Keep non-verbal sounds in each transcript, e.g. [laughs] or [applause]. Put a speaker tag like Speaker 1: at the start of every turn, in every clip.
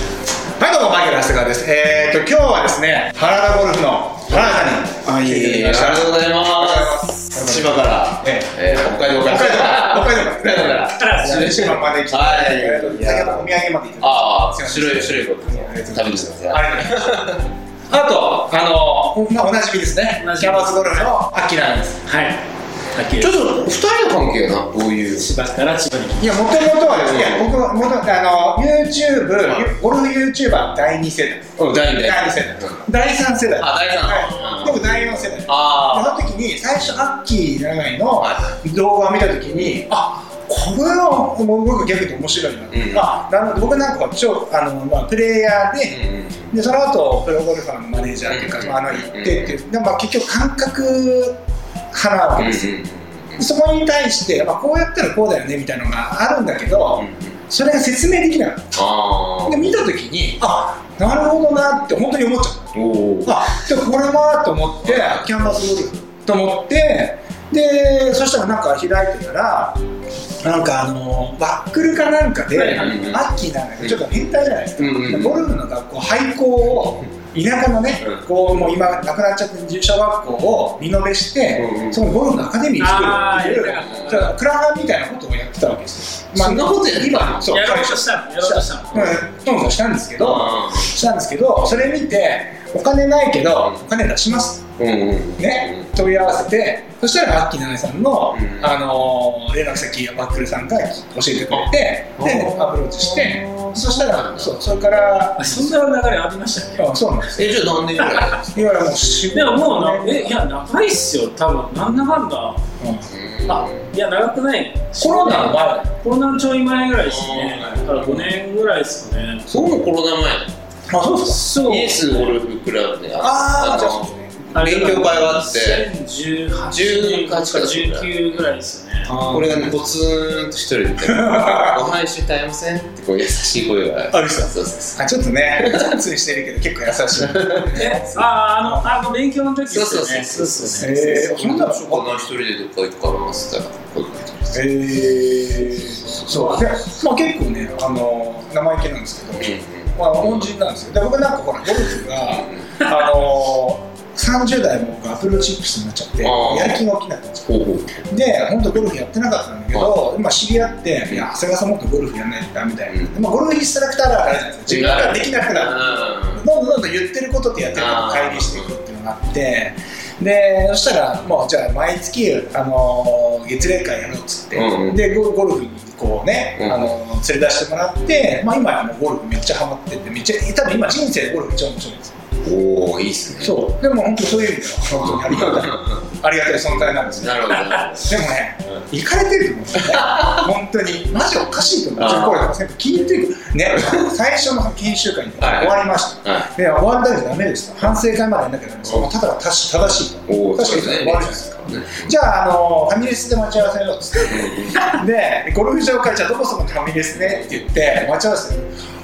Speaker 1: どうも、マイケル・長谷川です。えっと、今日はですね、原田ゴルフの原田さんに来ていただきました。
Speaker 2: ありがとうございます千葉から、
Speaker 1: え
Speaker 2: えー北海道か
Speaker 1: 北
Speaker 2: ら
Speaker 1: 海道から、北海道
Speaker 2: 北海道から
Speaker 1: から、
Speaker 2: 白い
Speaker 1: 白島まで来て、
Speaker 2: はい
Speaker 1: 先ほどお土産までいただきました
Speaker 2: ああ
Speaker 1: すいません
Speaker 2: 白い白いこと
Speaker 1: ありがとうござい
Speaker 2: 旅
Speaker 1: ま
Speaker 2: に
Speaker 1: す
Speaker 2: してください
Speaker 1: ありがとうございますあと、あの、まあ、おなじみですね。
Speaker 3: おなじ
Speaker 1: キ
Speaker 3: み
Speaker 1: ャバスゴルフのアッキーナです。
Speaker 3: はい。卓球
Speaker 2: ちょっと二人の関係などういう
Speaker 3: 千葉から千葉に来
Speaker 1: いや、もともとはですね、
Speaker 2: う
Speaker 1: 僕は、もと、あの、YouTube
Speaker 2: はい、
Speaker 1: ゴルフ YouTuber 第2世代。
Speaker 2: うん第二
Speaker 1: 第2世代。第3世代。
Speaker 2: あ第三
Speaker 1: はい僕第4世代。
Speaker 2: あ
Speaker 1: その時に最初アッキー長井の
Speaker 2: は
Speaker 1: 動画を見た時にあこれは僕逆に面白いな、
Speaker 2: うん
Speaker 1: あなるほど僕なんかは超あの、まあ、プレイヤー
Speaker 2: あ
Speaker 1: で,、でその後プロゴルファーのマネージャーっていうか、
Speaker 2: うん
Speaker 1: まあ、あの行ってっていう、でまあ、結局感覚派なわけです、そこに対して、まあ、こうやったらこうだよねみたいなのがあるんだけど、それが説明できなかっ
Speaker 2: あ
Speaker 1: たで見た時にあなるほどなって本当に思っちゃった
Speaker 2: おお
Speaker 1: あでこれはと思ってキャンバス乗ると思ってでそしたらなんか開いてたらなんかあのバックルかなんかで、
Speaker 2: はいはいはい
Speaker 1: アッキーなんかちょっと変態じゃないですか、
Speaker 2: うんうんうん
Speaker 1: ゴルフの学校廃校を田舎のね、
Speaker 2: う
Speaker 1: こうもう今なくなっちゃってる小学校をリノベして、
Speaker 2: うんうん
Speaker 1: そのゴルフのアカデミー
Speaker 3: あ
Speaker 1: 作
Speaker 3: ー
Speaker 1: るってい
Speaker 3: やりた
Speaker 1: う
Speaker 3: かった
Speaker 1: だからクラハンみたいなことをやってたわけですよ、
Speaker 2: そんなことやってたの
Speaker 1: 今そう
Speaker 3: た。やろ
Speaker 1: 会
Speaker 3: う
Speaker 1: 社
Speaker 3: としたの。やろうとしたの。
Speaker 1: うんどんどんしたんですけど、
Speaker 2: あ
Speaker 1: したんですけどそれ見てお金ないけどお金出します
Speaker 2: うんうん
Speaker 1: ね問い合わせてそしたらアッキーナナさんの、
Speaker 2: うん
Speaker 1: あのー連絡先バックルさんが教えてくれて
Speaker 2: あ
Speaker 1: で
Speaker 2: あ
Speaker 1: アプローチしてそしたらそうそれから
Speaker 3: あそんな流れありましたね。
Speaker 1: あそうなんです
Speaker 2: えじゃあ何年ぐらい
Speaker 1: いわゆるもう仕事
Speaker 3: でももうな
Speaker 1: ね、
Speaker 3: え、いや、長いっすよ、多分なんだかんだ。
Speaker 1: うん
Speaker 3: あ、いや、長くない。
Speaker 1: コロナの前
Speaker 3: コロナのちょい前ぐらいですね。
Speaker 2: あ
Speaker 3: だ
Speaker 2: ー
Speaker 3: から5年ぐらいですかね。
Speaker 2: そうもコロナ前
Speaker 1: あそうですか
Speaker 3: そう。
Speaker 2: イエスゴルフクラブで
Speaker 1: ああじゃあそう
Speaker 2: の
Speaker 1: ですね
Speaker 2: 勉強会があって
Speaker 3: 2018年
Speaker 2: 18
Speaker 3: か
Speaker 2: か
Speaker 3: 19ぐらいですよね。
Speaker 1: あ
Speaker 2: 俺がねポツーンと一人でいて「ご飯一緒に食べません?」ってこう優しい声が
Speaker 1: ある人
Speaker 2: そうそうそう
Speaker 1: あちょっとねツンツンしてるけど結構優しい
Speaker 3: え、あー、あの、あの勉強の時ですよね。
Speaker 2: そうそう
Speaker 3: です
Speaker 2: そ
Speaker 3: よ
Speaker 2: う
Speaker 3: ね。
Speaker 1: えー、そんなの
Speaker 2: そうかな一人でどっか行くからなっつったらこういうことです
Speaker 1: えー、そうで、まあ、結構ね、あの生意気なんですけど、まあ、恩人なんですよで僕なんかほらゴルフが、あの30代も僕アプローチップスになっちゃって
Speaker 2: あー
Speaker 1: やる気が起きなくなっちゃ
Speaker 2: ほうほう
Speaker 1: ってで本当ゴルフやってなかったんだけど今知り合って「いや長谷川さんもっとゴルフやんないとダメだよ」
Speaker 2: うん
Speaker 1: まあ、ゴルフインストラクターだからあれじゃないですか自分ができなくなる
Speaker 2: う
Speaker 1: ど
Speaker 2: ん
Speaker 1: んどんどんどん言ってることとやってることを乖離していくっていうのがあってでそしたらもうじゃあ毎月、あのー月例会やろうっつって、
Speaker 2: うんうん
Speaker 1: でゴゴルフにこうね、
Speaker 2: うん
Speaker 1: あのー連れ出してもらって、まあ、今はもうゴルフめっちゃハマっててめっちゃ多分今人生でゴルフ一番面白いんですよ
Speaker 2: おおいいっすね
Speaker 1: そうでも本当そういう意味では本当にありがた
Speaker 2: [laughs]
Speaker 1: いありがたい存在なんですよ
Speaker 2: なるほどなる
Speaker 1: でもね
Speaker 2: ほど
Speaker 1: 行かれてると思うんです
Speaker 2: [laughs]
Speaker 1: よね本当にマジおかしいと思う自分これ全部聞いてるね最初の研修会に終わりました、
Speaker 2: うんはい
Speaker 1: で終わったらダメですと反省会までやんなきゃダメです
Speaker 2: うん
Speaker 1: ただ正し正しいと
Speaker 2: おお
Speaker 1: 確かに
Speaker 2: そうです
Speaker 1: 終
Speaker 2: ね
Speaker 1: わるじゃないですかじゃあ、あのファミレスで待ち合わせようっつってでゴルフ場からじゃあどこそこのファミレスねって言って待ち合わせ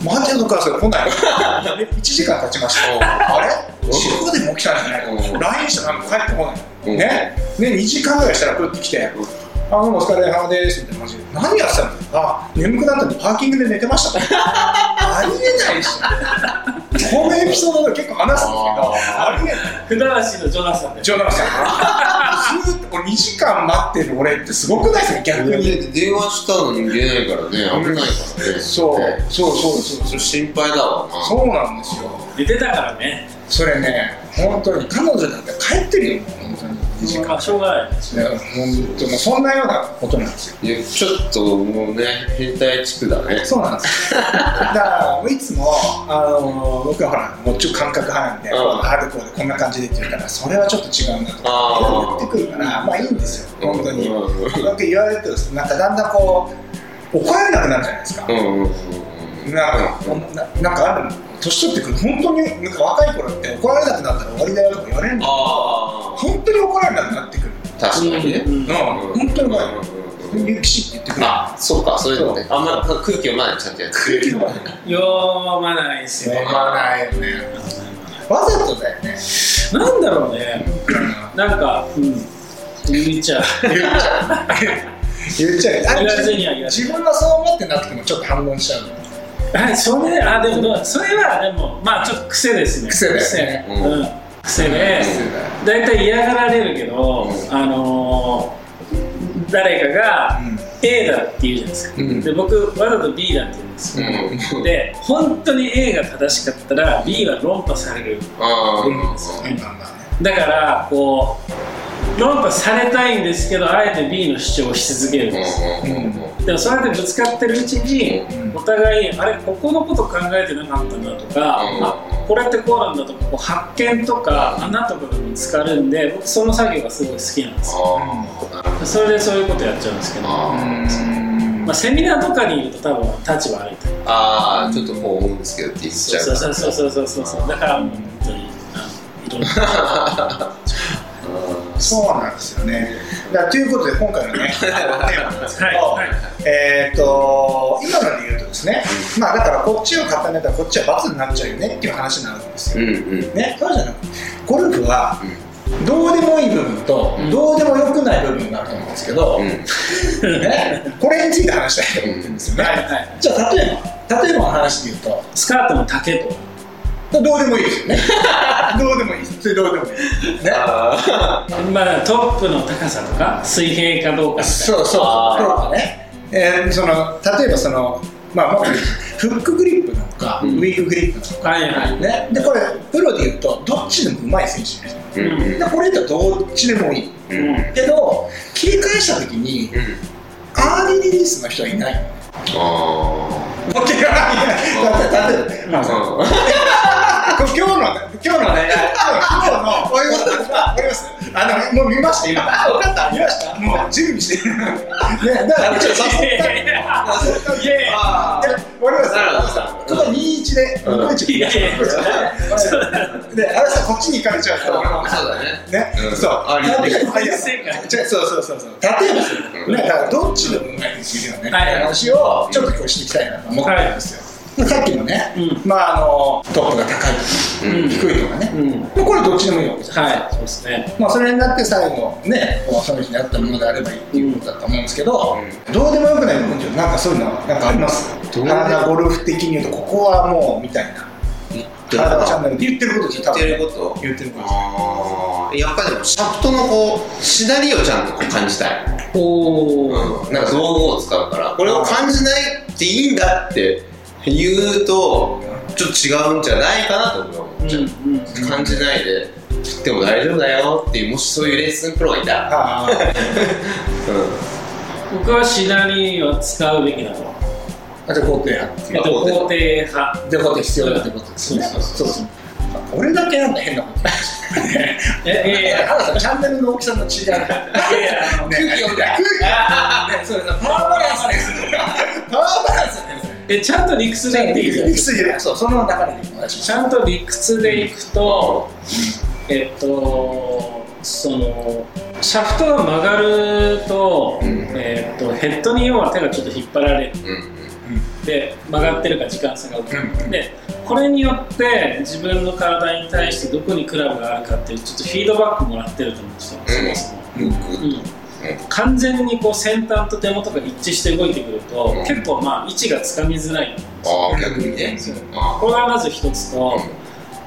Speaker 1: 待ってるのかそれ来
Speaker 2: [laughs]
Speaker 1: ない1時間経ちましたあれ地方でも来たんじゃない
Speaker 2: うん
Speaker 1: LINE したらなんか帰ってこな
Speaker 2: う
Speaker 1: い
Speaker 2: ん
Speaker 1: ねで2時間ぐらいしたらプって来て
Speaker 2: うん
Speaker 1: 「あどうもお疲れ様です」みたいな感じで「何やってたの?」あ眠くなったんでパーキングで寝てました」
Speaker 2: [laughs]
Speaker 1: ありえないでしょこのエピソードで結構話すんですけど
Speaker 2: あ
Speaker 1: ありえない
Speaker 3: ふだわしのジョナサンで。
Speaker 1: 冗談さんずーっとこれ2時間待ってる俺ってすごくないですか逆
Speaker 2: 逆
Speaker 1: に
Speaker 2: に電話したのに出ないからね危ないからね
Speaker 1: そう
Speaker 2: ね
Speaker 1: そうそうそう
Speaker 2: それ心配だわな
Speaker 1: そうなんですよ
Speaker 3: 寝てたからね。
Speaker 1: それね本当に彼女だって帰ってるよ本当に2時間
Speaker 3: まあしょうがない。
Speaker 1: ね本当もうそんなようなことなんですよ
Speaker 2: いやちょっともうね変態地区だね
Speaker 1: そうなんですよだからいつもあの僕はほらもうちょっと感覚派なんで、
Speaker 2: うん
Speaker 1: ハードコアでこんな感じでって言うからそれはちょっと違うなと
Speaker 2: あ
Speaker 1: か言
Speaker 2: ー
Speaker 1: ってくるからまあいいんですよ本当に
Speaker 2: うんうんうん
Speaker 1: 僕言われるとなんかだんだんこう怒られなくなるじゃないですか、
Speaker 2: うんうんうん
Speaker 1: なんか、ななんかある年取ってくる本当になんか若い頃って怒られなくなったら終わりだよとか言われるんだけど
Speaker 2: ああ
Speaker 1: 本当に怒られなくなってくる
Speaker 2: 確かにね
Speaker 3: うん
Speaker 1: うん本当に怖い
Speaker 2: うん
Speaker 1: 力士って言ってくる
Speaker 2: あそうかそういうのねあんま空気をまだちゃんとやってくれる
Speaker 3: 読まないですよ。
Speaker 1: 読まないよねわざとだよね
Speaker 3: なんだろうね。なんか、うん。言っ
Speaker 2: [laughs]
Speaker 3: ちゃう。
Speaker 1: 言っちゃう言っちゃうあ
Speaker 3: 言わずには言わず
Speaker 1: 自分がそう思ってなくてもちょっと反論しちゃう
Speaker 3: はい、それ、あ、でもどう、それは、でも、まあ、ちょっと癖ですね。
Speaker 2: 癖だよね
Speaker 3: ね
Speaker 2: うん
Speaker 3: うん、癖で、大体嫌がられるけど、
Speaker 2: うん
Speaker 3: あのー誰かが A だって言うじゃないですか。
Speaker 2: うん
Speaker 3: で、僕、わざと B だって言うんですよ。
Speaker 2: うん
Speaker 3: で、本当に A が正しかったら、B は論破される。
Speaker 2: あー
Speaker 1: そうなんだね
Speaker 3: だから、こう、論破されたいんですけど、あえて B の主張をし続けるんです。
Speaker 2: うんうんうんうん
Speaker 3: でも、そうやってぶつかってるうちに、お互いにあれここのこと考えてなかったんだとか、
Speaker 2: うん
Speaker 3: あこれってこうなんだとかこう発見とか穴とかが見つかるんで僕その作業がすごい好きなんですよ
Speaker 2: あーなる
Speaker 3: それでそういうことやっちゃうんですけど、ま
Speaker 2: あー
Speaker 1: うん
Speaker 3: あ、セミナーとかにいると多分立場悪いと
Speaker 2: あーちょっとこう思うんですけどって言っち
Speaker 3: そ
Speaker 2: ゃ
Speaker 3: う
Speaker 2: う
Speaker 3: そうそうそうそうそうそうだからもう本当にあのいろんな
Speaker 2: う
Speaker 1: そうなんですよね。だからということで今回のね、あのテーマなんですけど、
Speaker 3: はいはい
Speaker 1: えっ、と今ので言うとですね、まあだからこっちを固めたらこっちは罰になっちゃうよねっていう話になるんですよ。
Speaker 2: んうんうん
Speaker 1: ね、そうじゃなくて、ゴルフはどうでもいい部分と
Speaker 2: うん
Speaker 1: どうでもよくない部分があると思うんですけど、
Speaker 2: うん
Speaker 1: ね、これについて話したいと思ってるんですよね。
Speaker 3: はいはい
Speaker 1: じゃあ例えば例えばの話で言うと。
Speaker 3: スカートの丈と
Speaker 1: どうでもいいです
Speaker 2: [laughs]
Speaker 1: よね。どうでもいい。それどうでもいい。ね。
Speaker 2: あ
Speaker 3: まあトップの高さとか水平かどうかみたい
Speaker 1: そうそう
Speaker 2: あー
Speaker 1: そうだね、えーその例えばその、まあ、もっとフックグリップなのか、
Speaker 2: うん
Speaker 1: ウィークグリップなの
Speaker 3: なはいはい
Speaker 1: か、ね、でこれプロで言うとどっちでも上手い選手です
Speaker 2: ーうんうん
Speaker 1: でこれだとどっちでもいい
Speaker 2: うんうん
Speaker 1: けど切り返した時にアーリーリリースの人はいない
Speaker 2: あ
Speaker 1: わけがない例えば例えばね、
Speaker 2: ーうん
Speaker 1: 今日の今日のね今日のこういうことわかりますあのもう見ました今あ分かった見ましたもう準備してるねだからちょっと早速
Speaker 3: いやいやいやいやいや
Speaker 2: あ
Speaker 1: で、俺は
Speaker 2: なるほど
Speaker 1: さ、ここは21で、
Speaker 2: うん
Speaker 1: こっち
Speaker 3: いやいやいや
Speaker 1: で、あれさ、こっちに行かれちゃうから、俺
Speaker 2: ー
Speaker 1: は
Speaker 2: そうだね
Speaker 1: ね
Speaker 2: う、ん
Speaker 1: そう、
Speaker 2: ありがとう
Speaker 1: 例えば
Speaker 3: 先生が
Speaker 1: 違うそうそうそうそう、例えばですよ
Speaker 2: うん
Speaker 1: ね、だからどっちでもうまいですよね、っていう
Speaker 3: はい
Speaker 1: 話をちょっと今日していきたいなと思ってるんですよ。さっきのね
Speaker 3: うん、
Speaker 1: まあ、あの、トップが高いと
Speaker 2: う
Speaker 1: か、
Speaker 2: ん
Speaker 1: 低いとかね、
Speaker 3: うん
Speaker 1: まあこれどっちでもいいわけじゃん。
Speaker 3: はいそうですね
Speaker 1: まあ、それになって最後ね、こうその人に合ったものであればいいっていうことだと思うんですけど、どうでもよくない部分っていうのはなんかそういうのはなんかあります
Speaker 2: どうでも
Speaker 1: あんなゴルフ的に言うとここはもうみたいな体のチャンネルで言ってることでしょ多
Speaker 2: 言っ
Speaker 1: 分
Speaker 2: てること
Speaker 1: 言ってること
Speaker 2: あーやっぱでもシャフトのこうしなりをちゃんとこう感じたい、
Speaker 3: おお、
Speaker 2: うん、なんか造語を使うからこれを感じないっていいんだって言うとちょっと違うんじゃないかなと僕は思っちゃう、
Speaker 3: うん
Speaker 2: 感じないで切っても大丈夫だよっていうもしそういうレッスンプロがいたら、
Speaker 1: あー
Speaker 2: う
Speaker 3: 僕はシナリオは使うべきだと思う。
Speaker 1: あじゃあ肯定派
Speaker 3: えっと、肯定派。
Speaker 1: でこと必要だってことですね
Speaker 3: そうそうそ
Speaker 1: そ
Speaker 3: う
Speaker 1: う俺だけなんだ変なこと言って
Speaker 3: え、え、
Speaker 1: る原田さんチャンネルの大きさの違い
Speaker 3: え、
Speaker 1: 空気読んで空気読んでそうそうパワーバランスですパワーバランスです
Speaker 3: え、ちゃんと理屈でいい
Speaker 1: 理屈でそうその流れでお願いします
Speaker 3: ちゃんと理屈でいくと、えっと、その、シャフトが曲がると、
Speaker 2: うん
Speaker 3: えっと、ヘッドに要は手がちょっと引っ張られる。
Speaker 2: んうん
Speaker 3: で、曲がってるか時間差が浮く。
Speaker 1: うん
Speaker 3: で、これによって自分の体に対してどこにクラブがあるかっていう、ちょっとフィードバックもらってると思うんですよ、そもそも。
Speaker 2: うん
Speaker 3: うん、完全にこう先端と手元が一致して動いてくると、
Speaker 2: うん
Speaker 3: 結構まあ位置がつかみづらい
Speaker 2: ああ逆にねあ
Speaker 3: これがまず一つと、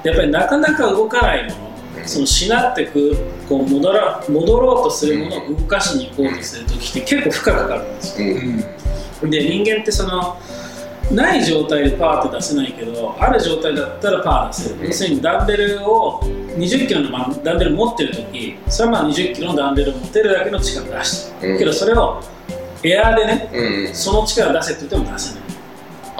Speaker 3: やっぱりなかなか動かないもの、
Speaker 2: うん
Speaker 3: そのしなってくこう戻ら戻ろうとするものを動かしに行こうとするときって結構負荷かかるんです
Speaker 2: ーうん
Speaker 1: うん
Speaker 3: よで人間ってそのない状態でパーって出せないけどある状態だったらパー出せ
Speaker 2: うん
Speaker 3: る要するにダンベルを2 0キロのまダンベル持ってるときそれはまあ2 0キロのダンベルを持てるだけの力出してる、
Speaker 2: うん
Speaker 3: けどそれをエアーでね
Speaker 2: うんうん
Speaker 3: その力出せって言っても出せない。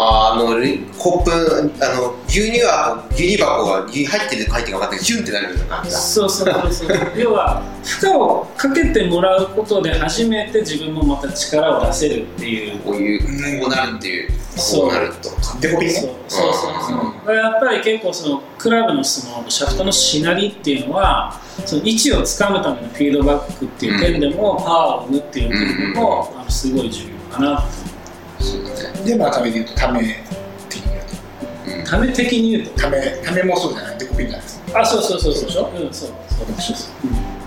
Speaker 2: あーあのレコップあの牛乳は牛乳箱が牛入ってるか入ってるか分かんないけどヒュンってなるような感じだ
Speaker 3: そうそうそうそう。要は負荷をかけてもらうことで初めて自分もまた力を出せるっていう。
Speaker 2: こういうこうなるっていう
Speaker 3: そう
Speaker 2: こうなると
Speaker 1: でこび
Speaker 3: そう
Speaker 1: ね
Speaker 3: そうそうそう。だからやっぱり結構そのクラブのそのシャフトのしなりっていうのはその位置をつかむためのフィードバックっていう点でも、パワーを生むっていう点でも、あのすごい重要かな。
Speaker 2: そうだね
Speaker 1: でまあためで言うとためっていうと
Speaker 2: うん
Speaker 3: ため的に言うと。
Speaker 1: ためためもそうじゃないデコピンじゃないですか
Speaker 3: あ、そうそうそうそう。うん、そうそう。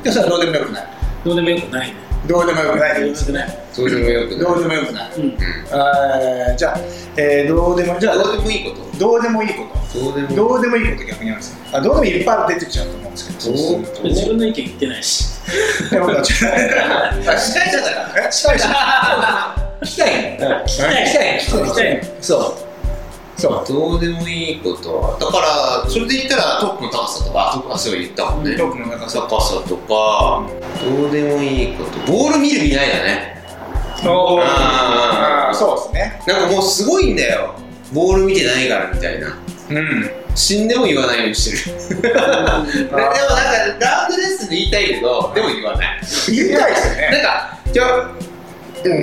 Speaker 1: でそれはどうでもよくない
Speaker 3: どうでもよくないね。
Speaker 1: どうでもよくない
Speaker 3: よろしくね
Speaker 2: どうでもよくない。
Speaker 1: どうでもよくない
Speaker 3: うん
Speaker 1: あーじゃあ、えーどうでもじゃあ
Speaker 2: どうでもいいこと。
Speaker 1: どうでもいいこ
Speaker 2: どうで
Speaker 1: と
Speaker 2: いい。
Speaker 1: どうでもいいこと逆にあるんですかあどうでもいっぱい出てきちゃうと思うんですけどそうすると
Speaker 3: 自分の意見言ってないし
Speaker 1: で [laughs] もちょっ
Speaker 2: あ、司会者だから。
Speaker 1: とえしたいし聞きた
Speaker 2: 来たいの。
Speaker 3: い
Speaker 1: 聞きたい聞きたいそうそう
Speaker 2: どうでもいいことは。だから、それで言ったら、トップの高さとか、あ、そう言ったもんね。
Speaker 1: トークの中さ
Speaker 2: 高さとか、どうでもいいこと。ボール見る見ないだね。
Speaker 1: おー
Speaker 2: あ
Speaker 1: あ
Speaker 2: ー
Speaker 1: ーそうですね
Speaker 2: なんかもうすごいんだよ。ボール見てないからみたいな。
Speaker 1: うん
Speaker 2: 死んでも言わないようにしてる。 [laughs] ででもなんか、ラウンドレッスンで言いたいけど、でも言わない。
Speaker 1: 言いたいですね
Speaker 2: なんか、じゃあ、うーん、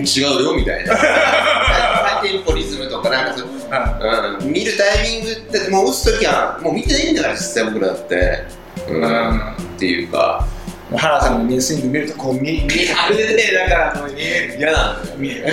Speaker 2: 違うよみた
Speaker 1: [laughs]
Speaker 2: いな。ハイテンポリズムとか、なんかそう、うん、見るタイミングって、もう打つときは、もう見てないんだから、実際僕らだって。うん、
Speaker 1: うん
Speaker 2: っていうか、
Speaker 1: うん原さんのミスイング見るとこう見見
Speaker 2: いやあれでね、だから、もう嫌なんだ
Speaker 1: [laughs]
Speaker 2: よ。
Speaker 1: 見える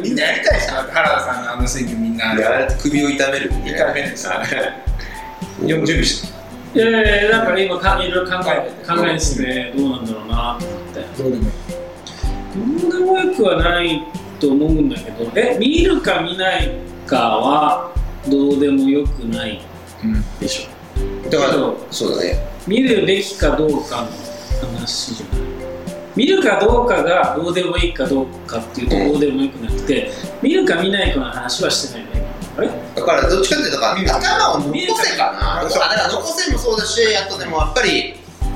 Speaker 1: みんなやりたいですか原田さんのあのスイングみんな
Speaker 2: あれあれ首を痛めるみたいな
Speaker 1: 痛めるんですよ
Speaker 2: [laughs] い
Speaker 1: 準備して
Speaker 3: いやいやいやなんか今かいろいろ考え考えですねどうなんだろうなと思って
Speaker 1: どうでもいい
Speaker 3: どうでもよくはないと思うんだけどえ見るか見ないかはどうでもよくない
Speaker 1: うん
Speaker 3: でしょ
Speaker 2: だから
Speaker 3: そう、
Speaker 2: そうだね。
Speaker 3: 見るべきかどうかの話じゃない見るかどうかがどうでもいいかどうかっていうと
Speaker 2: うん
Speaker 3: どうでもよくなくて、見るか見ないかの話はしてないよねあれ
Speaker 2: だから、どっちかっていうと、だから頭を残せかな。
Speaker 1: うん
Speaker 2: だから、だから残せもそうだし、あとでもやっぱり、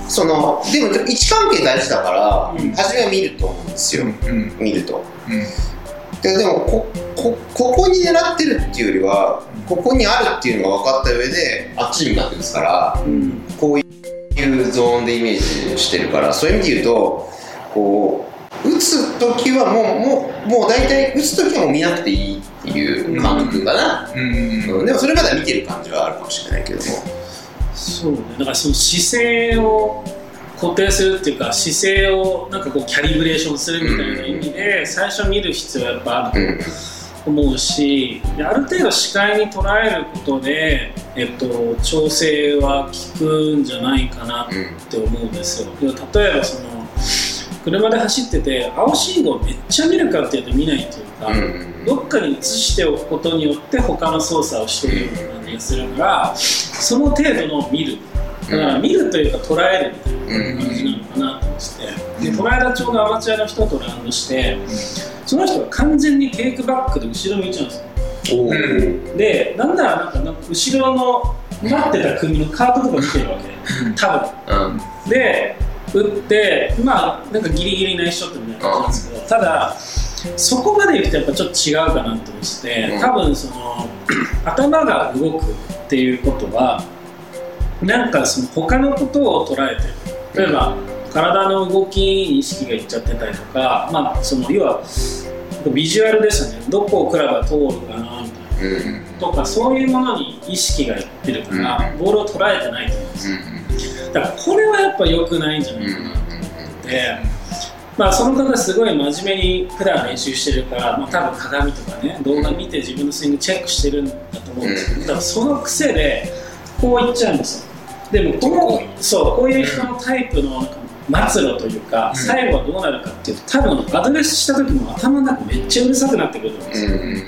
Speaker 2: その、でも位置関係大事だから、
Speaker 3: うん
Speaker 2: 初めは見ると思うんですよ。
Speaker 1: うん
Speaker 2: 見ると。
Speaker 1: うん
Speaker 2: ででもここここに狙ってるっていうよりはここにあるっていうのが分かった上であっちに向かってるんですから
Speaker 3: うん
Speaker 2: こういうゾーンでイメージしてるからそういう意味で言うとこう打つ時はもうもうもう大体打つ時はもう見なくていいっていう感覚かな、
Speaker 1: うん
Speaker 2: うんでもそれまでは見てる感じはあるかもしれないけども
Speaker 3: そうねだからその姿勢を固定するっていうか姿勢をなんかこうキャリブレーションするみたいな意味で、最初見る必要はやっぱある
Speaker 2: うん
Speaker 3: 思うしである程度視界に捉えることで、えっと、調整は効くんじゃないかなって思うんですよ。要は例えばその車で走ってて青信号めっちゃ見るかっていうと見ないというか、
Speaker 2: うん
Speaker 3: どっかに移しておくことによって他の操作をしてるような感じがするからその程度の見るだから見るというか捉えるみたいな
Speaker 2: うん
Speaker 3: 感じなのかなと思っててでこの間ちょうどアマチュアの人とラウンドしてその人が完全にテイクバックで後ろ向いちゃうんですよ
Speaker 2: お
Speaker 1: う
Speaker 2: ー
Speaker 3: でなんならなんかなんか後ろの待ってた組のカートとか見てるわけ多分
Speaker 2: うん
Speaker 3: で打ってまあなんかギリギリナイスショットみたいな感じなんですけどただそこまで行くとやっぱちょっと違うかなと思ってて
Speaker 2: うん
Speaker 3: 多分その頭が動くっていうことはなんかその他のことを捉えてる例えば体の動きに意識がいっちゃってたりとかまあその要はビジュアルですよねどこをクラブが通るかなみたいな
Speaker 2: うん
Speaker 3: とかそういうものに意識がいってるから、
Speaker 2: う
Speaker 3: ボールを捉えてないと思うんですよだからこれはやっぱ良くないんじゃないかなと思って、まあ、その方すごい真面目に普段練習してるから、まあ、多分鏡とかね動画見て自分のスイングチェックしてるんだと思うんですけど、
Speaker 2: うん
Speaker 3: だからその癖でこういっちゃうんですよでもこ
Speaker 2: こ
Speaker 3: のそうこういう人のタイプのなんか末路というか、
Speaker 1: ん
Speaker 3: 最後はどうなるかっていうと多分アドレスした時も頭の中めっちゃうるさくなってくると思うんですよ、
Speaker 2: うんうん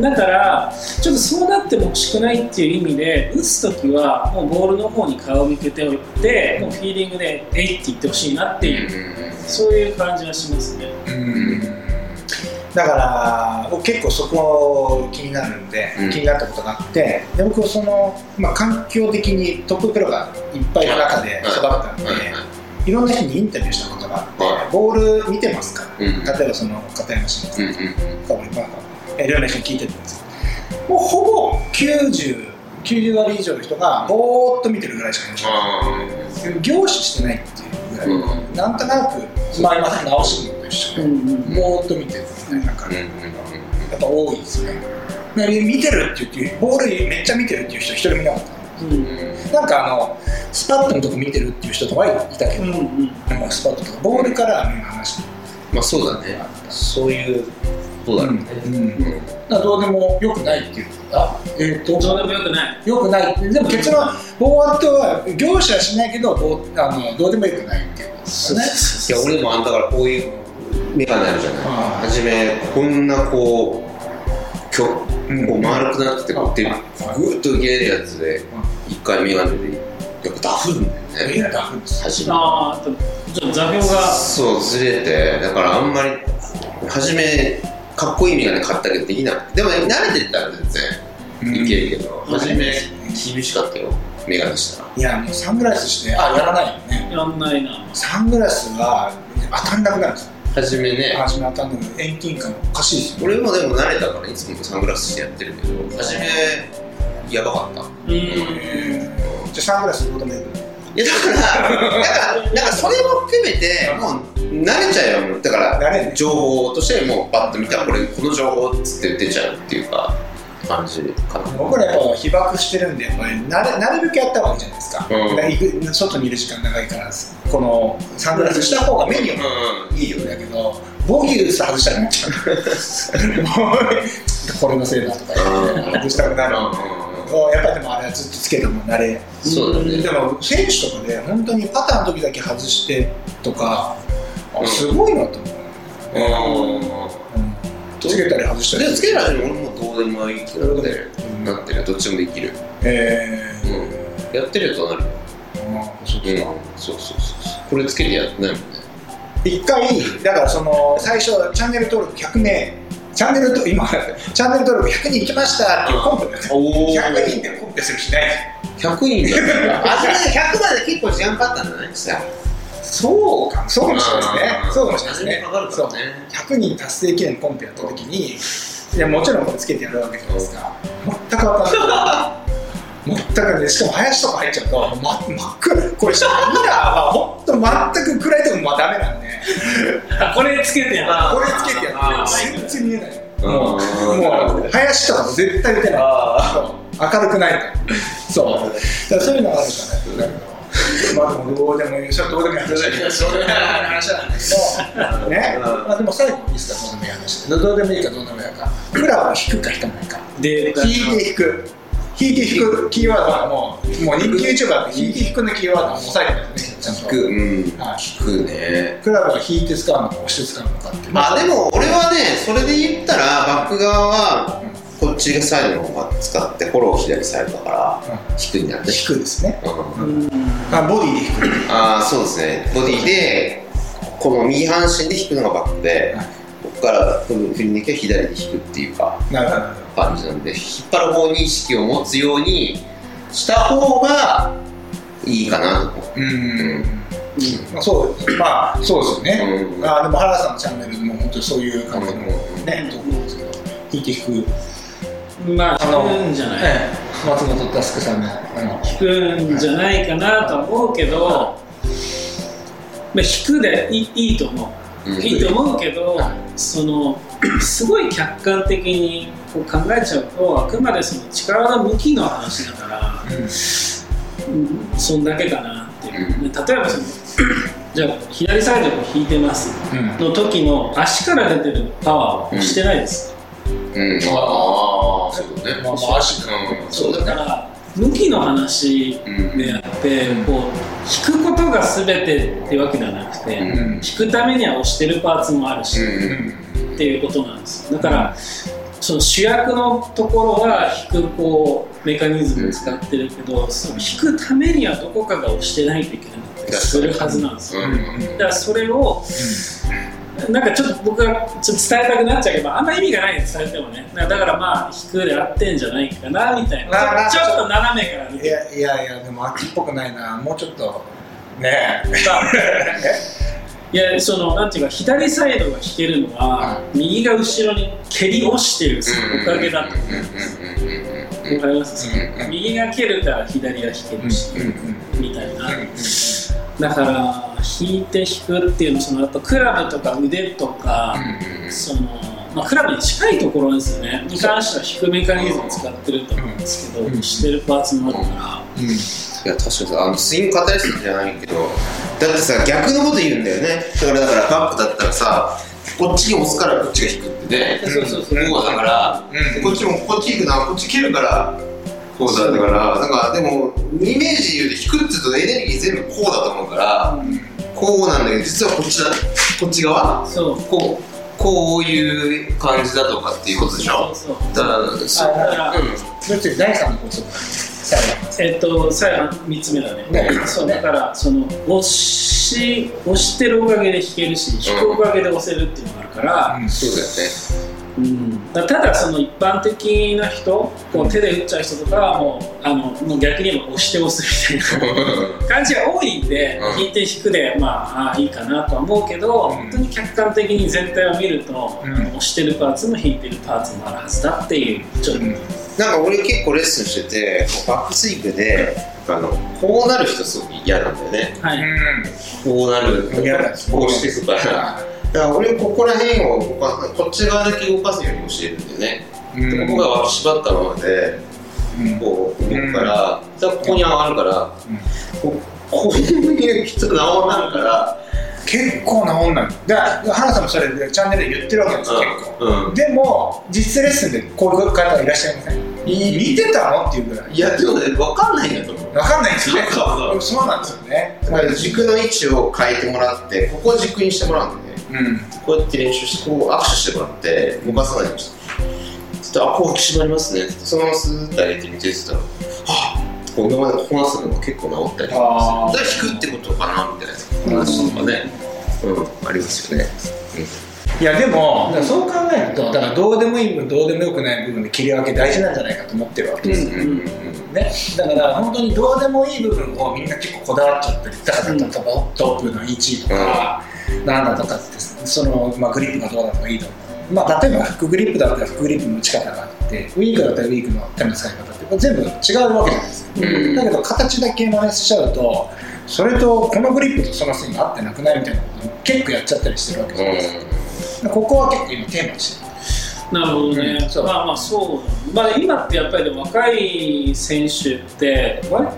Speaker 3: だから、ちょっとそうなっても欲しくないっていう意味で、打つときは、もうボールの方に顔を向けておいて、もうフィーリングで、えいって言ってほしいなっていう、そういう感じがしますね。
Speaker 1: だから僕結構そこ気になるんで、
Speaker 2: うん
Speaker 1: 気になったことがあってで僕その、まあ、環境的にトッププロがいっぱいいる中で育ったんで、いろんな人にインタビューしたことがあって、
Speaker 2: は
Speaker 1: ボール見てますか
Speaker 2: うんうん
Speaker 1: ら例えばその片山慎吾
Speaker 2: うんうん
Speaker 1: さんとかまあえいろんな人に聞いてるんですけどもうほぼ9090割以上の人がぼーっと見てるぐらいしかいない
Speaker 2: あ
Speaker 1: 凝視してないっていうぐらい、
Speaker 2: うん
Speaker 1: なんとなく、まあ、今さっきの直しと一緒
Speaker 3: う
Speaker 1: で、
Speaker 3: んうん
Speaker 1: ぼーっと見てるみたいな感
Speaker 2: ーう
Speaker 1: じ、
Speaker 2: んうん
Speaker 1: やっぱ多いですね。だから見てるって言って、ボールめっちゃ見てるっていう人、一人もいなかっ
Speaker 3: うん
Speaker 1: た。なんかあの、スパットのとこ見てるっていう人とかはいたけど、
Speaker 3: うんうん
Speaker 1: もうスパットとか、ボールから目の話
Speaker 2: まあそうだね
Speaker 1: そういう、
Speaker 2: そうだろうね
Speaker 1: うんうんだからどうでもよくないっていうか、えっ、
Speaker 3: どう
Speaker 1: と、
Speaker 3: でもよくない。
Speaker 1: よくない。でも結論、ボーアットは、業者はしないけど、ぼーあのどうでもよくないっていう。ですよね。
Speaker 2: いや俺もあんだからこういうメガネあるじゃない
Speaker 1: あ
Speaker 2: 初めこんなこうきょこ
Speaker 1: うん
Speaker 2: う丸くなっててこうやってグーッと切れるやつで一回メガネでやっぱダフるんだよ
Speaker 1: い
Speaker 2: ね
Speaker 1: やダフです。
Speaker 2: 初め
Speaker 3: ああ、でもちょっと座標が、
Speaker 2: そうずれてだからあんまり初めかっこいいメガネ買ったけどできなくてでも慣れてったら全然いけるけど
Speaker 3: うん
Speaker 2: 初め厳しかったよメガネしたら
Speaker 1: いやもうサングラスしてあやらないよね。
Speaker 3: やんないな。
Speaker 1: サングラスが当たんなくなるんですよ。
Speaker 2: 初めね
Speaker 1: 初め当たんなくなる。遠近感おかしいですよ。
Speaker 2: 俺もでも慣れたからいつもサングラスしてやってるけど初めやばかった
Speaker 3: うん。
Speaker 1: じゃあサングラスのことめる。
Speaker 2: いやだから、なんか、なんかそれも含めて、もう慣れちゃうよ、もうだから、
Speaker 1: 慣れね
Speaker 2: 情報として、もうバッと見たら、これ、この情報っつって出ちゃうっていうか、感じかな。
Speaker 1: 僕らやっぱ被爆してるんで、やっぱりなるなるべくやった方がいいじゃないですか。
Speaker 2: うん
Speaker 1: だから行く外にいる時間長いから、このサングラスした方が目にも
Speaker 2: う
Speaker 1: いいようだけど、防御術外したくなっちゃう。もうこれのせいだとか言って、外したくなる。
Speaker 2: ん。
Speaker 1: やっぱりでもあれはずっとつけても慣れ
Speaker 2: そうだね
Speaker 1: で。も選手とかで本当にパターンの時だけ外してとか、あ
Speaker 2: うん
Speaker 1: すごいなと思う、
Speaker 2: う
Speaker 1: うんつけたり外し
Speaker 2: ん。
Speaker 1: たり
Speaker 2: で、つける味も俺もどうでもいいけどね、
Speaker 1: うん
Speaker 2: なってる、どっちもできる。
Speaker 1: え
Speaker 2: う
Speaker 1: ー
Speaker 2: ん。やってるやつはなる。
Speaker 1: まあそう
Speaker 2: う
Speaker 1: ですか
Speaker 2: ん。そうそうそうそう。これつけてやってないもんね。
Speaker 1: 一回だからその最初チャンネル登録100名チャンネル登録今 [laughs] チャンネル登録100人いきましたっていうコンペだよね
Speaker 2: お
Speaker 1: 100人でコンペするしない
Speaker 2: 100人だった。 [laughs] あ、それで100まで結構時間かかったんじゃないですか。
Speaker 1: そうかそうかもしれないですねそうかもしれないですね
Speaker 2: かかるか
Speaker 1: そ
Speaker 2: ら
Speaker 1: う
Speaker 2: ね。
Speaker 1: 100人達成記念コンペやった時にいやもちろんこれつけてやるわけじゃないですか全く分からない全くねしかも林とか入っちゃうと、ま、真っ暗これミラーは本当全く暗いとこもダメなんで
Speaker 3: あ、これつけてやん。
Speaker 1: これつけてや
Speaker 3: あ
Speaker 1: って全然見えないも
Speaker 2: う
Speaker 1: うんもう林とかも絶対打てない
Speaker 2: あ
Speaker 1: 明るくないとそうだからそういうのがあるからねまあでもどうでもいいそれはどうでもいい話だけどそういう話なんだけどね
Speaker 2: うん
Speaker 1: まあでも最後いいですかどうでもいい話どうでもいいかどうでもいいかクラブを引くか引かないか
Speaker 3: ーで、
Speaker 1: 引いて引く引いて引くキーワードはもうもう人気 YouTuber って引いて引くのキーワードは押さえてますねちゃんと
Speaker 2: 聞く、 [laughs] うん、
Speaker 1: はい
Speaker 2: 聞くね。
Speaker 1: クラブは引いて使うのか押して使うのかっていう
Speaker 2: まあでも俺はね、それで言ったら、バック側は、こっちサイドの方が使って、フォロー左サイドだから、引くになって。
Speaker 1: 引くですね
Speaker 2: うん
Speaker 3: うん。
Speaker 1: あボディで引く
Speaker 2: ああ、そうですね。ボディで、この右半身で引くのがバックで
Speaker 1: はい、
Speaker 2: ここから振る振り抜きは左で引くっていうか、
Speaker 1: なるほど
Speaker 2: 感じなんで、引っ張る方に意識を持つようにした方がいいかなと思
Speaker 1: うーんまあそうまあそうですよね、
Speaker 2: う。うん
Speaker 1: あーでも原田さんのチャンネルでも本当にそういう感じの
Speaker 2: うん
Speaker 1: ね、と思うんですけど、引いて引く、
Speaker 3: まあ、引くんじゃない。
Speaker 1: 松本佑さんの、あの、
Speaker 3: 引くんじゃないかなとは思うけど、まあ、引くでいいいいと思
Speaker 2: うん
Speaker 3: ういいと思うけど、
Speaker 1: は
Speaker 3: そのすごい客観的にこう考えちゃうとあくまでその力の向きの話だから、うん、そんだけかなっていう、で例えばその [clears throat] じゃあ左サイドを引いてますの時の足から出てるパワーをしてないです、
Speaker 2: うん、ああ、そうだね。
Speaker 1: まあ、まあ、足が、
Speaker 2: うん、
Speaker 3: そうだから向きの話
Speaker 2: うん
Speaker 3: であって、
Speaker 1: うん
Speaker 3: こう引くことが全てってわけではなくて、
Speaker 2: うん
Speaker 1: うん
Speaker 3: 引くためには押してるパーツもあるし、
Speaker 1: う
Speaker 2: うん
Speaker 1: ん
Speaker 3: っていうことなんですよだから、その主役のところは引くこうメカニズムを使ってるけど、その引くためにはどこかが押してないといけなかったりするはずなんですよ、
Speaker 2: うん
Speaker 3: だからそれをなんかちょっと僕がちょっと伝えたくなっちゃうけどあんま意味がないんです伝えてもねだからまあ引くで合ってんじゃないかなみたい
Speaker 1: まあま
Speaker 3: な
Speaker 1: あ
Speaker 3: ちょちょっと斜めから見
Speaker 1: い
Speaker 3: て
Speaker 1: や、いやいや、でも、秋っぽくないな、もうちょっと。ねえ。
Speaker 3: いやそのなんていうか左サイドが引けるのは右が後ろに蹴り落ちてるおかげだと
Speaker 2: うん
Speaker 3: 思わ
Speaker 2: うん
Speaker 3: かります
Speaker 2: うん
Speaker 3: 右が蹴るから左が引けるし
Speaker 1: うんうん
Speaker 3: みたいな
Speaker 1: うん
Speaker 3: だから引いて引くっていうのそのやっぱクラブとか腕とか、その、まあ、クラブに近いところですよねに関しては引くメカニズムを使ってると思うんですけど、
Speaker 1: うん
Speaker 3: してるパーツもあるから、
Speaker 1: うんうん
Speaker 2: いや確かにさあのスイング語りすぎじゃないけどだってさ逆のこと言うんだよねだからだからバックだったらさこっちに押すからこっちが引くってね
Speaker 3: そうそうそう
Speaker 2: 向こうはだから、
Speaker 1: うん
Speaker 2: こっちもこっち行くなこっち蹴るからこうだだからなんかでもイメージで言うと引くって言うとエネルギー全部こうだと思うから、ここうなんだけど実はこっちだこっち側
Speaker 3: そう
Speaker 2: こうこういう感じだとかっていうことでしょ
Speaker 3: そう
Speaker 2: だから
Speaker 3: そうだから、
Speaker 1: それって第三の法則最後
Speaker 3: えっと最後3つ目だね
Speaker 1: ね
Speaker 3: そうだからその押し押してるおかげで弾けるし弾くおかげで押せるっていうのがあるから、
Speaker 1: うん
Speaker 2: そうだよね
Speaker 3: うんだただその一般的な人こう手で打っちゃう人とかはもうあのもう逆に言えば押して押すみたいな [laughs] 感じが多いんで、
Speaker 2: うん
Speaker 3: 引いて引くで、まあ、ああいいかなとは思うけど、
Speaker 1: うん
Speaker 3: 本当に客観的に全体を見ると、
Speaker 1: うん
Speaker 3: 押してるパーツも引いてるパーツもあるはずだっていうちょっと、
Speaker 1: うん
Speaker 2: なんか俺結構レッスンしててこうバックスイングであのこうなる人すごく嫌なんだよね
Speaker 3: はい、
Speaker 2: こうなる
Speaker 1: 嫌だ
Speaker 2: こうしていくからだから俺ここら辺を動かすこっち側だけ動かすように教えるんだよね、
Speaker 1: うん
Speaker 2: でここが縛ったままで
Speaker 1: うん
Speaker 2: こう動くから、だからここに上がるから、
Speaker 1: うん
Speaker 2: ここういう人が直がるから
Speaker 1: 結構な女だから原さんもそれでチャンネルで言ってるわけですよ結構、
Speaker 2: うん、
Speaker 1: でも実レッスンでこういう方はいらっしゃいません見てたのっていうぐらい
Speaker 2: いやでもね分かんないんだと思う
Speaker 1: わかんないんですよね
Speaker 2: そうそう
Speaker 1: そうなんですよね
Speaker 2: だから軸の位置を変えてもらってここを軸にしてもらうんだよね
Speaker 1: うん
Speaker 2: こうやって練習してこう握手してもらって動かさないようにしてちょっとあこう締まりますねそのままスーッと上げてみてって言ったらはあこう今までここなすのが結構治ったりと
Speaker 1: あ
Speaker 2: か
Speaker 1: ー
Speaker 2: するだから引くってことかなみたいな話とかねうんありますよね
Speaker 1: いやでも、
Speaker 3: うん
Speaker 1: そう考えるとだからどうでもいい部分どうでもよくない部分で切り分け大事なんじゃないかと思ってるわけです、
Speaker 3: うんうん
Speaker 1: ね、だから本当にどうでもいい部分をみんな結構こだわっちゃってるだから
Speaker 3: うん
Speaker 1: 例えばトップの位置とか、なんだとかってその、まあ、グリップがどうだとかいいとか、まあ、例えばフックグリップだったらフックグリップの打ち方があってウィークだったらウィークの手の使い方ってこれ全部違うわけじゃないですか、
Speaker 2: うん
Speaker 1: だけど形だけ真似しちゃうとそれとこのグリップとそのスイング合ってなくないみたいなことも結構やっちゃったりしてるわけじゃないですか、ここは結構今テーマにしてる
Speaker 3: なるほどね、
Speaker 1: うんそう
Speaker 3: まあまあそう、まあ、今ってやっぱりでも若い選手って割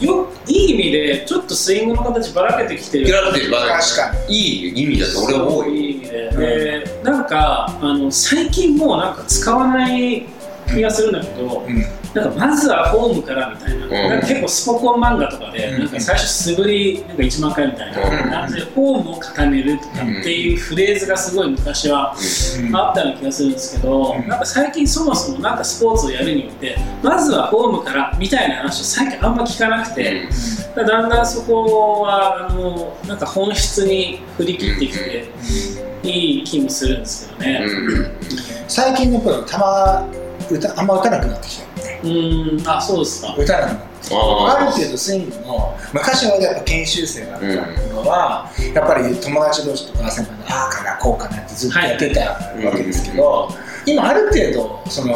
Speaker 3: よいい意味でちょっとスイングの形ばらけてきてる
Speaker 2: ギラっていう場合
Speaker 1: 確か
Speaker 2: いい意味だと俺は多
Speaker 3: い
Speaker 2: い
Speaker 3: い意味で、でなんかあの最近もうなんか使わない気がするんだけど、
Speaker 1: に、うん
Speaker 3: なんかまずはフォームからみたいな,、
Speaker 2: ん
Speaker 3: なんか結構スポコン漫画とかで、
Speaker 1: うん
Speaker 3: なんか最初素振りなんか1万回みたいな
Speaker 2: うん
Speaker 3: 感じでフォームを固めるとかっていうフレーズがすごい昔は
Speaker 1: うん
Speaker 3: あったような気がするんですけど、
Speaker 1: うん
Speaker 3: なんか最近そもそもなんかスポーツをやるにおいてまずはフォームからみたいな話を最近あんま聞かなくて。だからだんだんそこはあのなんか本質に振り切ってきていい気もするんですけどね。
Speaker 2: うん
Speaker 1: 最近のプロたま歌あんま打たなくなってきた
Speaker 3: うーん、あ、そうですか。
Speaker 1: 打たなくなってある
Speaker 2: あ
Speaker 1: 程度スイングの昔はやっぱ研修生だったのは、やっぱり友達同士とか先輩でああかなこうかなってずっとやってたわけですけど、今ある程度その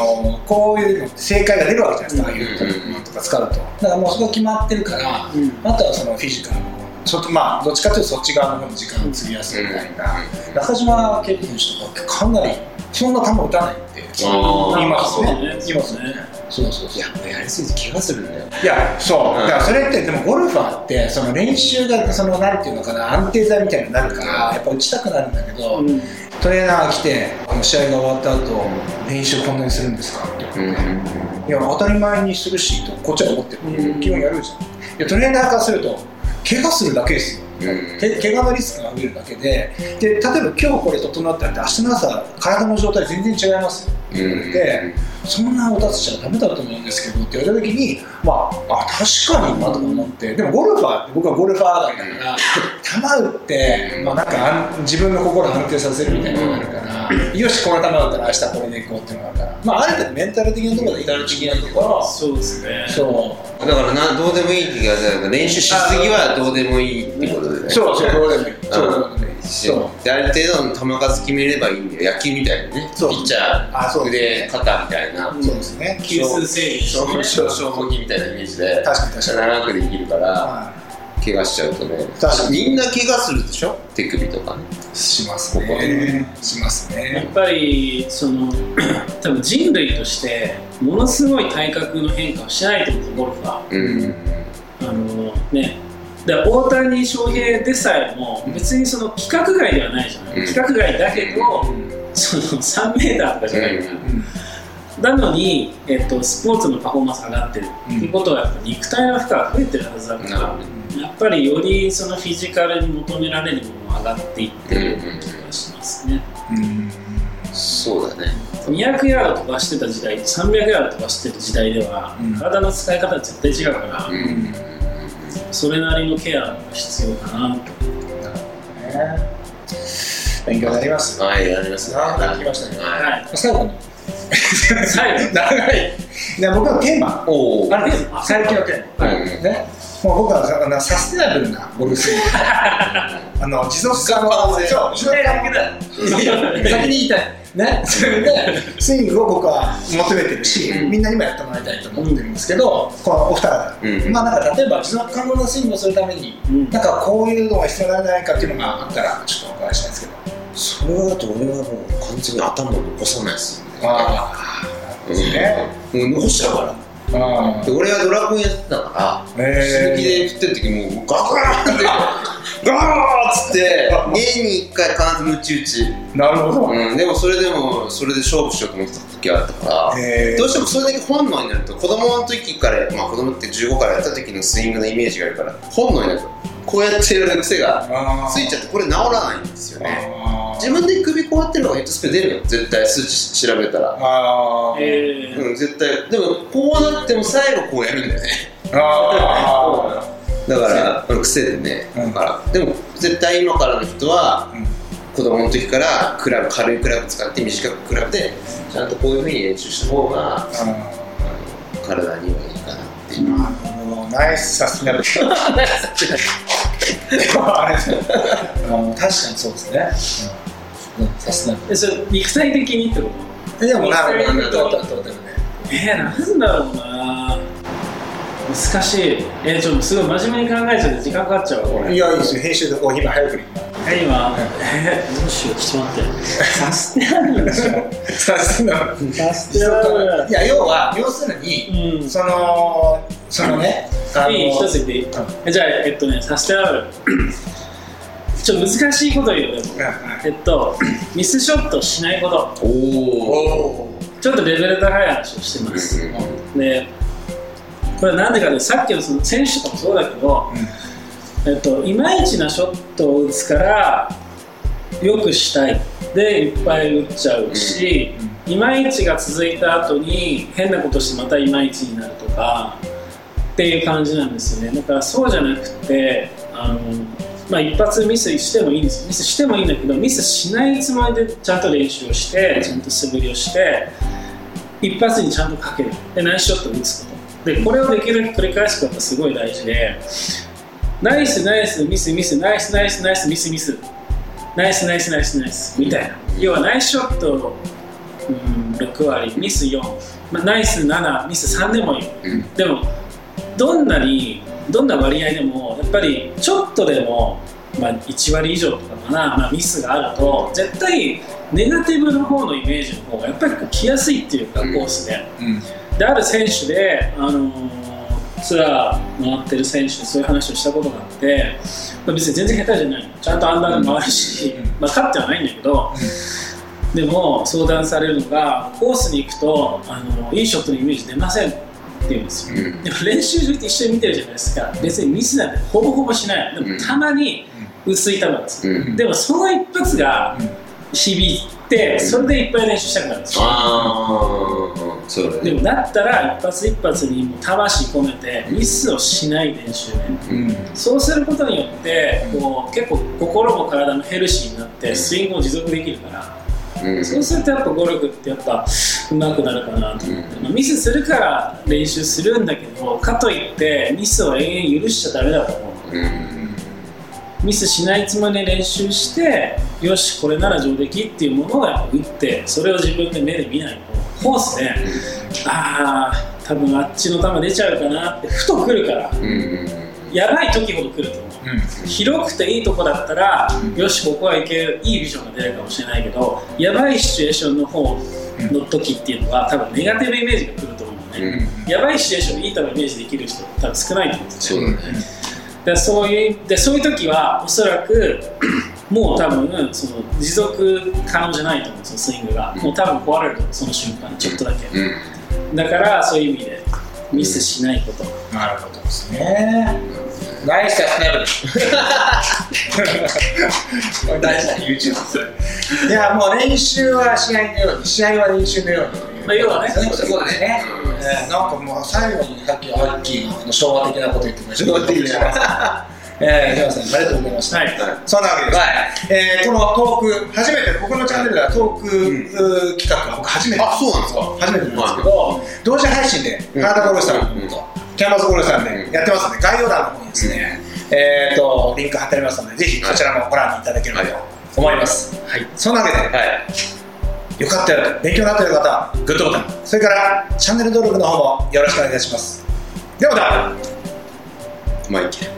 Speaker 1: こういうの正解が出るわけじゃないですか、ああいうのとか使うとだからもうそこ決まってるから
Speaker 3: うん、
Speaker 1: あとはそのフィジカルのちょっとまあどっちかというとそっち側の方に時間を費やすみたいな、中島健選手とかかなりそんな球打たないって
Speaker 2: あー
Speaker 1: 言いますね
Speaker 3: そ
Speaker 1: 言
Speaker 3: う
Speaker 1: い
Speaker 3: ね
Speaker 1: ますねそうそうそう
Speaker 2: やっぱやりすぎて怪我するんだよ
Speaker 1: いやそう、
Speaker 2: う
Speaker 1: だ
Speaker 2: ん
Speaker 1: からそれってでもゴルファーってその練習がそのなんていうのかな安定剤みたいになるからやっぱ打ちたくなるんだけど、
Speaker 3: うん
Speaker 1: トレーナーが来てあの試合が終わった後練習こんなにするんですかっていや当たり前にするしとこっちは思ってる、
Speaker 3: うん
Speaker 1: 基本やるじゃんいやトレーナーからすると怪我するだけですよ
Speaker 2: うん
Speaker 1: け怪我のリスクが増えるだけでで例えば今日これ整ったって明日の朝体の状態全然違いますよでそんなお立ちしちゃダメだと思うんですけどって言われた時にまああ確かになとか思ってでもゴルファーって僕はゴルファーだ [laughs] から球打って、まあ、なんかあん自分の心を安定させるみたいなのがあるからよしこの球だったら明日これでいこうっていうのがあるからまあある程度メンタル的なところでメンタル的なところ
Speaker 3: そうですね。
Speaker 1: そう
Speaker 2: だからなどうでもいいって言うからじゃなくて練習しすぎはどうでもいいってことでね
Speaker 1: そうそうこれでもいいそう
Speaker 2: そ
Speaker 1: そう
Speaker 2: である程度の球数決めればいいんだよ野球みたいにね
Speaker 1: そう
Speaker 2: ピッチャ
Speaker 1: あそ
Speaker 2: ー
Speaker 1: う
Speaker 2: 腕肩みたいな
Speaker 3: うん
Speaker 1: そうですね
Speaker 3: 球数制限してね
Speaker 2: 消防器みたいなイメージで
Speaker 1: 確かに確かに、
Speaker 2: 長くできるから
Speaker 1: は
Speaker 2: 怪我しちゃうとね
Speaker 1: 確かに
Speaker 2: みんな怪我するでしょ手首とかね
Speaker 1: い、します
Speaker 2: ここはね
Speaker 1: ねします
Speaker 3: やっ
Speaker 1: ね
Speaker 3: ぱりその多分人類としてものすごい体格の変化をしないと思うんですよゴルフは
Speaker 2: うん
Speaker 3: あのねだから大谷翔平でさえも別にその規格外ではないじゃない、
Speaker 2: うん
Speaker 3: 規格外だけど、その3メーターとかじゃないから、なのに、えっと、スポーツのパフォーマンス上がってるっていうことはやっぱ肉体の負荷が増えてるはずだ
Speaker 2: う
Speaker 3: か
Speaker 2: ん
Speaker 3: ら、
Speaker 2: なるほど
Speaker 1: うん
Speaker 3: やっぱりよりそのフィジカルに求められるものも上がっていってる
Speaker 2: うんうん
Speaker 3: 気がしますね。
Speaker 1: うん
Speaker 2: そうだね
Speaker 3: 200ヤード飛ばしてた時代と300ヤード飛ばしてる時代では、
Speaker 1: うん
Speaker 3: 体の使い方は絶対違うから、
Speaker 2: うんうん
Speaker 3: それなりのケアが必要かなと。
Speaker 1: ね勉強になります
Speaker 2: はいあります
Speaker 1: 長くなってきましたね
Speaker 2: はい
Speaker 3: はい。
Speaker 1: 最後に
Speaker 3: 最後。
Speaker 1: 長いで僕のテーマ
Speaker 2: おお
Speaker 1: あるんです最近のテーマ、
Speaker 2: はい
Speaker 1: ねもう僕はあのサステナブルなゴルフスイングあの持続可能
Speaker 2: で
Speaker 1: そう持続可能いや先に言いたい [laughs] ねそれでスイングを僕は求めてるし、
Speaker 2: うん
Speaker 1: みんなにもやってもらいたいと思ってるんですけど、このお二方、
Speaker 2: うん
Speaker 1: まあなんか例えば持続可能なスイングをするために
Speaker 3: うん
Speaker 1: なんかこういうのが必要なんじゃないかっていうのがあったらちょっとお伺いしたいんですけど
Speaker 2: それだと俺はもう完全に頭を残さないですよね
Speaker 1: あ
Speaker 2: うん
Speaker 1: ですね
Speaker 2: もう残しちゃうから
Speaker 1: ああ
Speaker 2: で俺はドラコンやってたから
Speaker 1: え
Speaker 2: 鈴木
Speaker 1: え
Speaker 2: で振ってる時もうガーンってガーンっつって年に1回必ずムチ打ち、
Speaker 1: なるほど、
Speaker 2: うん、でもそれでもそれで勝負しようと思ってた時があったから、
Speaker 1: え
Speaker 2: どうしてもそれだけ本能になると子供の時から、まあ、子供って15からやった時のスイングのイメージがあるから本能になるとこうやってやる癖が
Speaker 1: あ
Speaker 2: ついちゃってこれ治らないんですよね
Speaker 1: あ
Speaker 2: 自分で首こうやってる方がヘッドスピード出るよ絶対数値調べたら、
Speaker 1: あー
Speaker 3: えー
Speaker 2: うん、絶対でもこうなっても最後こうやるんだよね
Speaker 1: あー
Speaker 2: だからうん癖でね、
Speaker 1: うん
Speaker 2: だからでも絶対今からの人は
Speaker 1: うん
Speaker 2: 子供の時からクラブ軽いクラブ使って短くクラブでちゃんとこういうふうに練習した方が
Speaker 1: あー
Speaker 2: 体にはいいかなっていう、
Speaker 1: なるほどナイスサステナブル。あれですねうん確かにそうですね。うんうんサステナブ
Speaker 3: えそれ肉体的にってこと
Speaker 1: ル。でも、なるほど、な
Speaker 2: な
Speaker 1: る
Speaker 2: る
Speaker 1: ほど、
Speaker 2: ほど
Speaker 1: なるほどね。
Speaker 3: えー、なんだろうな難しいえー、ちょっとすごい真面目に考えちゃって時間かかっちゃうわこれ
Speaker 1: いや、いいですよ、編集でこう、今早くに。
Speaker 3: はい今えー、どうしようちょっと待ってサステナブルでしょ
Speaker 1: [laughs] サステナブル。
Speaker 3: サステナブ
Speaker 1: いや、要は、要するに、
Speaker 3: ルうん
Speaker 1: その、そのね、あの
Speaker 3: いい一つ言っていい
Speaker 1: ん
Speaker 3: えじゃあえっとねサステナブルちょっと難しいこと言うよでも
Speaker 1: うんうん
Speaker 3: えっとミスショットしないこと
Speaker 2: おお
Speaker 1: おー
Speaker 3: ちょっとレベル高い話をしてますでこれなんでかというとさっきのその選手とかもそうだけど、えっと、いまいちなショットを打つからよくしたいでいっぱい打っちゃうし、いまいちが続いた後に変なことしてまたいまいちになるとかっていう感じなんですよねだからそうじゃなくてあの、まあ、一発ミスしてもいいんですミスしてもいいんだけどミスしないつもりでちゃんと練習をしてちゃんと素振りをして一発にちゃんとかけるでナイスショットを打つことでこれをできるだけ繰り返すことがすごい大事でナイスナイスミスミスナイスナイスナイスミスミスナイスナイスナイスナイスみたいな要はナイスショットをうん6割ミス4、まあ、ナイス7ミス3でもいい
Speaker 2: うん
Speaker 3: でもどんなにどんな割合でもやっぱりちょっとでも、まあ、1割以上とかかな、まあ、ミスがあると絶対ネガティブの方のイメージの方がやっぱりこう来やすいっていうかコ
Speaker 2: うん
Speaker 3: ースで、
Speaker 1: うん
Speaker 3: である選手で、あのーツアー回ってる選手でそういう話をしたことがあって、まあ、別に全然下手じゃないちゃんとアンダーでも回るし、
Speaker 1: うん
Speaker 3: まあ、勝ってはないんだけど、でも相談されるのがコースに行くと、あのいいショットのイメージ出ませんって言うんですよ
Speaker 2: うん
Speaker 3: でも練習場って一緒に見てるじゃないですか別にミスなんてほぼほぼしないで
Speaker 2: う
Speaker 3: も
Speaker 2: ん
Speaker 3: たまに薄い球打つ、
Speaker 2: うん
Speaker 3: でもその一発が
Speaker 1: うん
Speaker 3: 響いてそれでいっぱい練習したくなるんですよ
Speaker 2: ああそうだ
Speaker 3: で
Speaker 2: ね
Speaker 3: もだったら一発一発にもう魂込めてミスをしない練習ね
Speaker 1: うん
Speaker 3: そうすることによってこう結構心も体もヘルシーになってスイングを持続できるから
Speaker 2: うん
Speaker 3: そうするとやっぱゴルフってやっぱ上手くなるかなと思って、まあ、ミスするから練習するんだけどかといってミスを永遠許しちゃダメだと思う
Speaker 2: うん
Speaker 3: ミスしないつもりで練習してよしこれなら上出来っていうものをやっぱ打ってそれを自分で目で見ないとコースでああ多分あっちの球出ちゃうかなってふと来るから
Speaker 2: うんうん
Speaker 3: やばい時ほど来ると思う
Speaker 1: うん
Speaker 3: 広くていいとこだったらよしここはいけるいいビジョンが出るかもしれないけどやばいシチュエーションの方の時っていうのは多分ネガティブイメージが来ると思う
Speaker 2: う
Speaker 3: ね、
Speaker 2: ん
Speaker 3: やばいシチュエーションいい球イメージできる人多分少ないと思うんですよ
Speaker 2: そうだね
Speaker 3: でそういうでそういう時はおそらくもう多分その持続可能じゃないと思うんですよスイングが、
Speaker 2: うん
Speaker 3: もう多分壊れると思うその瞬間にちょっとだけ
Speaker 2: うん
Speaker 3: だからそういう意味でミスしないこと、
Speaker 1: なるほどですね。
Speaker 2: ナイスサステナブル。
Speaker 1: 大事な YouTube いやもう練習は試合のように試合は練習のように
Speaker 3: まあ要はね
Speaker 1: そうですね
Speaker 2: うん
Speaker 1: えーなんかもう最後にさっきアッキーの昭和的なこと言ってましたけど
Speaker 2: 昭和的な
Speaker 1: えー、ジョンさんありがとうございました、
Speaker 3: はい
Speaker 1: そんなわけです、
Speaker 2: はい
Speaker 1: えーこのトーク初めて僕のチャンネルではトーク、うー企画は僕初めて
Speaker 2: あ、そうなんですか。
Speaker 1: 初めてなんですけど、同時配信で
Speaker 2: うん
Speaker 1: カータゴルフさん
Speaker 2: うん
Speaker 1: とキャンバスゴルフさんでやってますので概要欄の方にですね、えー、とリンク貼ってありますのでぜひこちらもご覧いただければと思います、
Speaker 3: はい
Speaker 1: そんなわけで
Speaker 2: はい。
Speaker 1: よかったよ、勉強になったよ方、グッドボタン、それからチャンネル登録の方もよろしくお願いいたします。ではまた
Speaker 2: マイケル。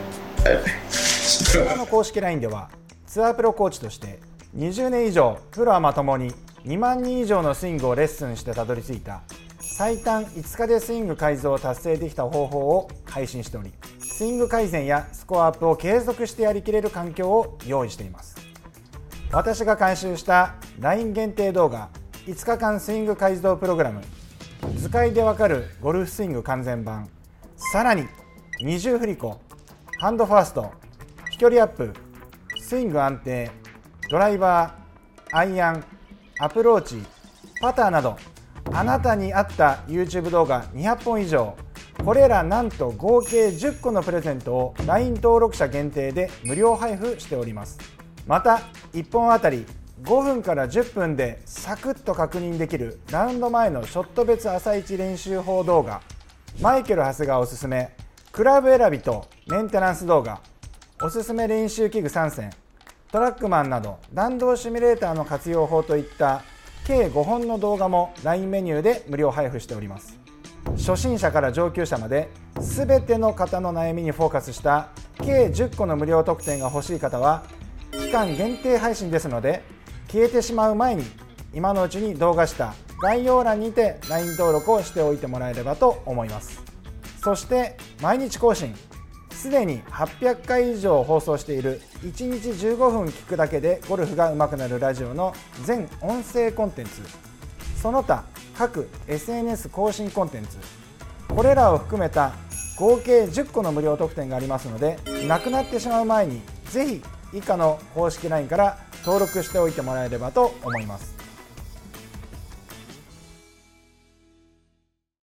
Speaker 2: バイバイ。
Speaker 4: ツアーの公式 LINE ではツアープロコーチとして20年以上プロアマともに2万人以上のスイングをレッスンしてたどり着いた最短5日でスイング改造を達成できた方法を配信しておりスイング改善やスコアアップを継続してやりきれる環境を用意しています私が監修した LINE 限定動画5日間スイング改造プログラム図解でわかるゴルフスイング完全版さらに二重振り子ハンドファースト飛距離アップスイング安定ドライバーアイアンアプローチパターなどあなたに合った YouTube 動画200本以上これらなんと合計10個のプレゼントを LINE 登録者限定で無料配布しておりますまた1本あたり5分から10分でサクッと確認できるラウンド前のショット別朝一練習法動画マイケル・ハスがおすすめクラブ選びとメンテナンス動画おすすめ練習器具3選トラックマンなど弾道シミュレーターの活用法といった計5本の動画も LINE メニューで無料配布しております初心者から上級者まで全ての方の悩みにフォーカスした計10個の無料特典が欲しい方は期間限定配信ですので消えてしまう前に今のうちに動画下概要欄にて LINE 登録をしておいてもらえればと思いますそして毎日更新すでに800回以上放送している1日15分聞くだけでゴルフが上手くなるラジオの全音声コンテンツその他各 SNS 更新コンテンツこれらを含めた合計10個の無料特典がありますのでなくなってしまう前にぜひ以下の公式 LINE から登録しておいてもらえればと思います